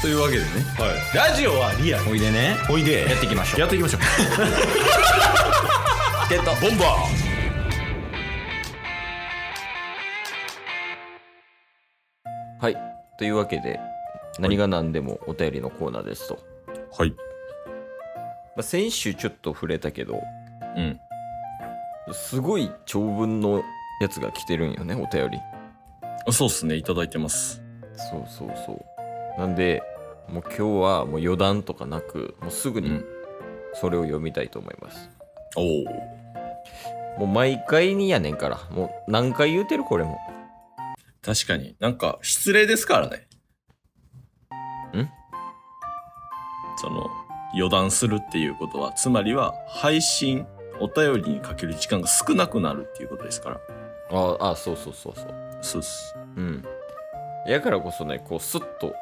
というわけでねはい、ラジオはリアルおいでねおいでやっていきましょうやっていきましょうゲットボンバはいというわけで何が何でもお便りのコーナーですと、ーはいまあ、先週ちょっと触れたけどうんすごい長文のやつが来てるんよねお便りそうっすねいただいてますそうそうそうなんでもう今日はもう余談とかなくもうすぐうにんそれを読みたいと思います、おもうお毎回にやねんからもう何回言うてるこれも確かになんか失礼ですからねんその余談するっていうことはつまりは配信お便りにかける時間が少なくなるっていうことですからああそうそうそうそうそうっすうんやからこそねこうスッと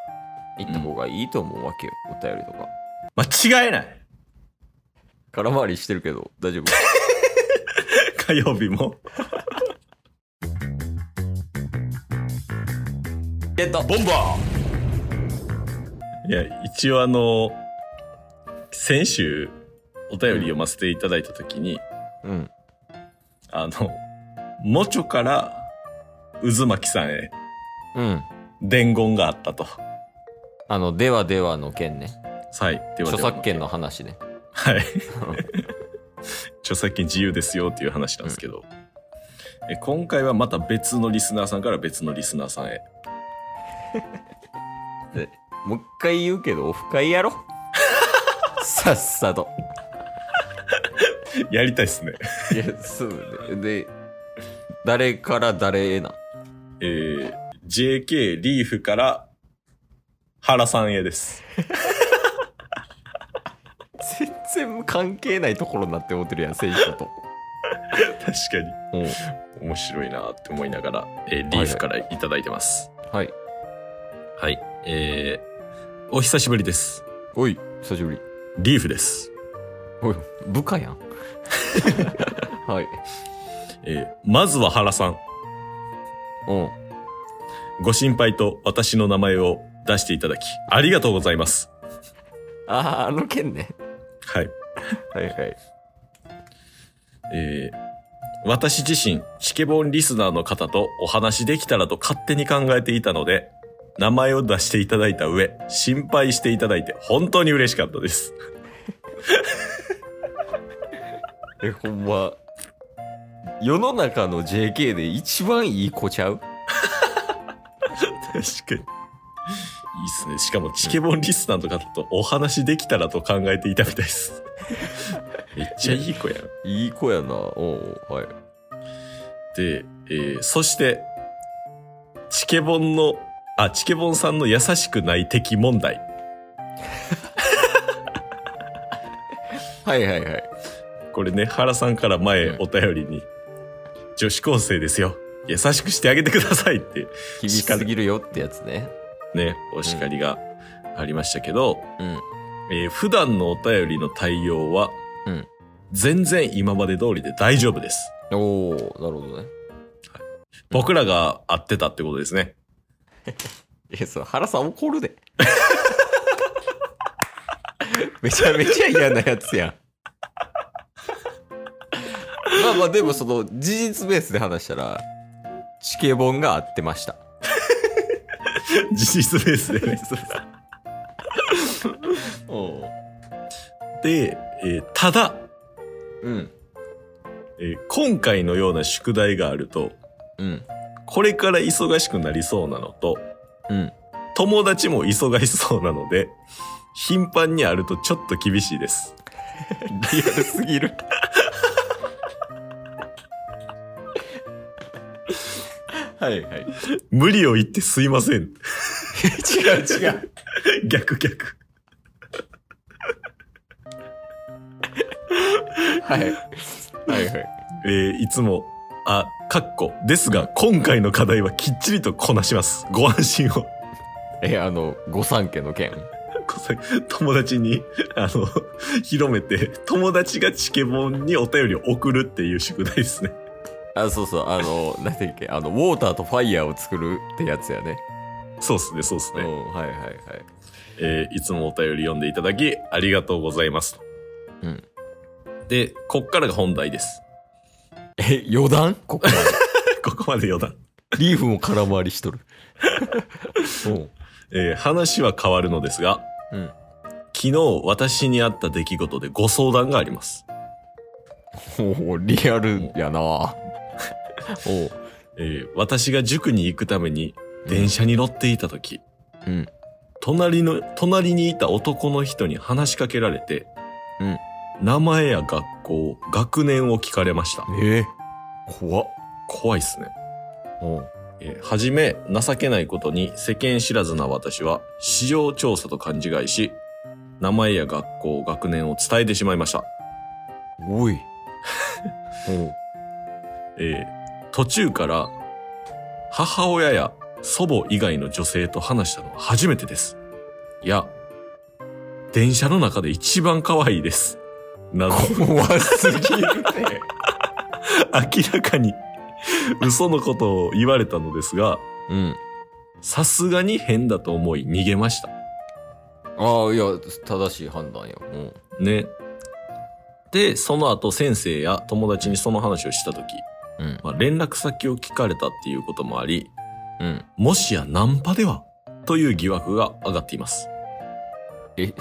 行った方がいいと思うわけよ、お便りとか間違えない空回りしてるけど大丈夫火曜日もゲットボンバーいや、一応あの、先週お便り読ませていただいたときに、 うんあの、モチョから渦巻さんへうん伝言があったと。あの「ではでは」の件ねはい。ではでは著作権の。話ねはい。著作権自由ですよっていう話なんですけど、え今回はまた別のリスナーさんから別のリスナーさんへ。もう一回言うけどオフ会やろ さっさとやりたいっすね。いやそうねで誰から誰へなえー、JK リーフから原さんへです。全然関係ないところになって思ってるやん選手 と確かに。うん面白いなって思いながら、えーリーフからいただいてます。はいはい、えー、お久しぶりです。おい久しぶりリーフです。おい部下やん はいえー、まずは原さん。うんご心配と私の名前を出していただき、ありがとうございます。あーあの件ねはい。はいはいえー、私自身、チケボンリスナーの方とお話できたらと勝手に考えていたので、名前を出していただいた上、心配していただいて本当に嬉しかったです。えほんま世の中の JK で一番いい子ちゃう確かに。いいっすね。しかも、チケボンリスナーとかとお話できたらと考えていたみたいです。 めっちゃいい子やん。いい子やなおうはいで、えーそして、チケボンの、あ、チケボンさんの優しくない敵問題。はいはいはいこれね、原さんから前お便りに、女子高生ですよ。優しくしてあげてくださいって、厳しすぎるよってやつねね、お叱りがありましたけど、うんえー普段のお便りの対応は、うん全然今まで通りで大丈夫です。おおなるほどね僕らが会ってたってことですね。 いやそう原さん怒 るでめちゃめちゃ嫌なやつやんまあまあでもその事実ベースで話したらチケボンが合ってました事実ベースで ね。おで、えーただ、うんえー今回のような宿題があると、うんこれから忙しくなりそうなのと、うん友達も忙しそうなので、頻繁にあるとちょっと厳しいです。リアルすぎるはいはい無理を言ってすいません。 違う違う逆逆。はいはいはいえーいつも、あ、かっこ、ですが、今回の課題はきっちりとこなします。ご安心を。 えあの御三家の件こそ友達に、あの、広めて、友達がチケボンにお便りを送るっていう宿題ですね。あ、そうそう、あの、なんていうっけ、あの、ウォーターとファイヤーを作るってやつやね。そうっすね、そうっすうね。んはいはいはいえーいつもお便り読んでいただき、ありがとうございます。うんで、こっからが本題です。 え余談ここま でここまで余談。リーフも空回りしとるうんえー話は変わるのですが、うん昨日私にあった出来事でご相談があります。おーリアルやなおーえー私が塾に行くために電車に乗っていた時、うん隣の、隣にいた男の人に話しかけられて、うん名前や学校、学年を聞かれました。えー、怖っ怖いっすね。おえーはじめ、情けないことに世間知らずな私は、市場調査と勘違いし、名前や学校、学年を伝えてしまいました。 おいおえー途中から、母親や祖母以外の女性と話したのは初めてです。いや、電車の中で一番可愛いです。など、怖すぎるね明らかに嘘のことを言われたのですが、うんさすがに変だと思い逃げました。ああいや正しい判断やうんね。で、その後先生や友達にその話をしたとき、うんまあ、連絡先を聞かれたっていうこともあり、うんもしやナンパではという疑惑が上がっています。え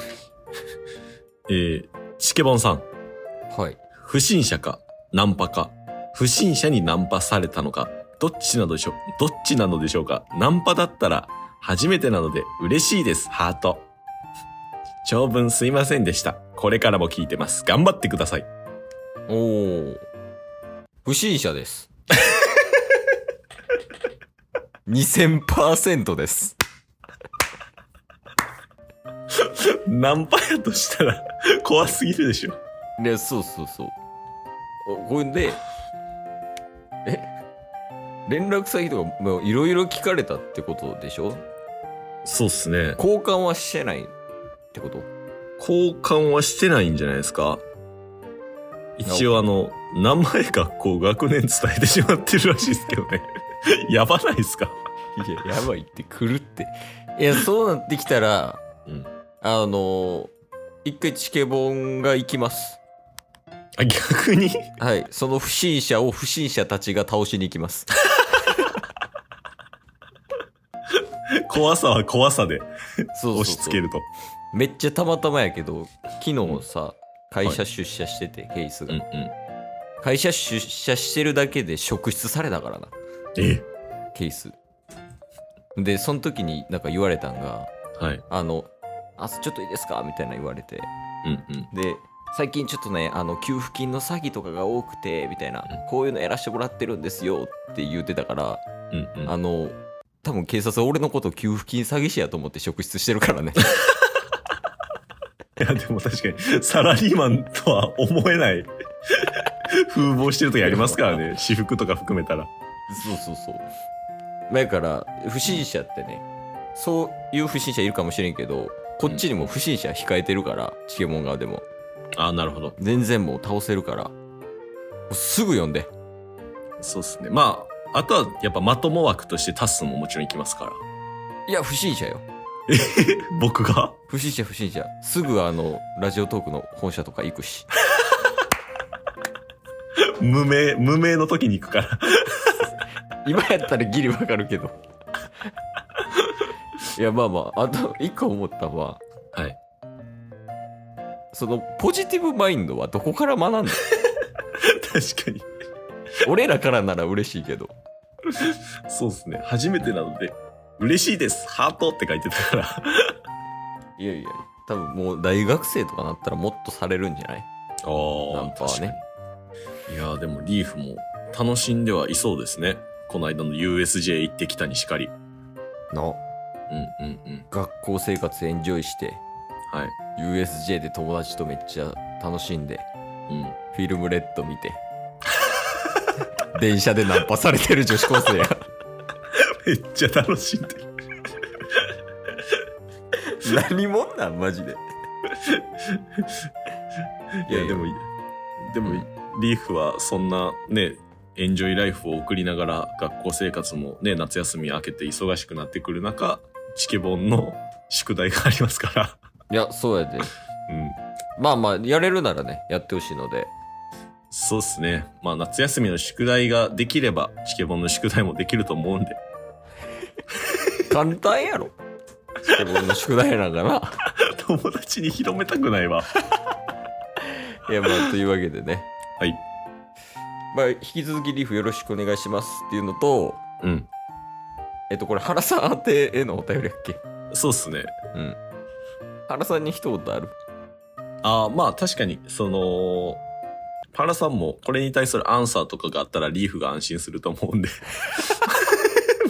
えーチケボンさん、はい不審者か、ナンパか、不審者にナンパされたのか、どっちなのでしょう、どっちなのでしょうか。ナンパだったら、初めてなので嬉しいです、ハート。長文すいませんでした。これからも聞いてます。頑張ってください。おお不審者です 2000%ですナンパやとしたら怖すぎるでしょ。ねそうそうそうおこれでえ連絡先とかもういろいろ聞かれたってことでしょそうっすね。交換はしてないってこと交換はしてないんじゃないですか一応あの、名前、学校、学年伝えてしまってるらしいですけどね。 やばないですかいや、やばいって、来るって。いや、そうなってきたら、うんあのー一回チケボンが行きます。あ、逆にはい。その不審者を不審者たちが倒しに行き ます。怖さは怖さでそうそうそう押し付けると。めっちゃたまたまやけど、昨日さ、会社出社してて、ケースが。うんうん。会社出社してるだけで職質されたからな、えケース。で、その時になんか言われたんが、はい。あの、あ、ちょっといいですかみたいな言われて。うんうん。で最近ちょっとねあの給付金の詐欺とかが多くてみたいな、うこういうのやらしてもらってるんですよって言ってたから、うんうん。あの多分警察は俺のこと給付金詐欺師やと思って職質してる からねいや、でも確かに、サラリーマンとは思えない。 風貌してる時ありますから ね。私服とか含めたら。そうそうそうだから不審者ってねそういう不審者いるかもしれんけどこっちにも不審者控えてるから、チケモン側でもあ、なるほど。全然もう倒せるからもうすぐ呼んでそうっすね。まあ、あとはやっぱまとも枠としてタッスンももちろん行きますから。いや不審者よ 僕が不審者不審者すぐあのラジオトークの本社とか行くし無名、無名の時に行くから。今やったらギリわかるけどいやまあまああと一個思ったのははい。そのポジティブマインドはどこから学んだの確かに。俺らからなら嬉しいけどそうですね。初めてなので、嬉しいです。ハートって書いてたから。あいやいや多分もう大学生とかなったらもっとされるんじゃないあナンパはね。いやーでもリーフも楽しんではいそうですね。この間の USJ 行ってきたにしかり。のうんうんうん。学校生活エンジョイしてはい。 USJ で友達とめっちゃ楽しんでうん。フィルムレッド見 て電車でナンパされてる女子高生やめっちゃ楽しんでる。 何者なんマジでいやでも、でもリーフはそんなね、エンジョイライフを送りながら学校生活もね、夏休み明けて忙しくなってくる中、チケボンの宿題がありますから。いや、そうやで。 うん。まあまあ、やれるならね、やってほしいので。そうですね。まあ夏休みの宿題ができれば、チケボンの宿題もできると思うんで。簡単やろ。でも、の宿題なんかな。友達に広めたくないわ。いや、まあ、というわけでね。はい。まあ、引き続きリーフよろしくお願いしますっていうのと、うん。えっと、これ、原さん宛てへのお便りやっけそうっすね。うん。原さんに一言あるああ、まあ確かに、その、パラさんもこれに対するアンサーとかがあったらリーフが安心すると思うんで。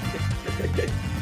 す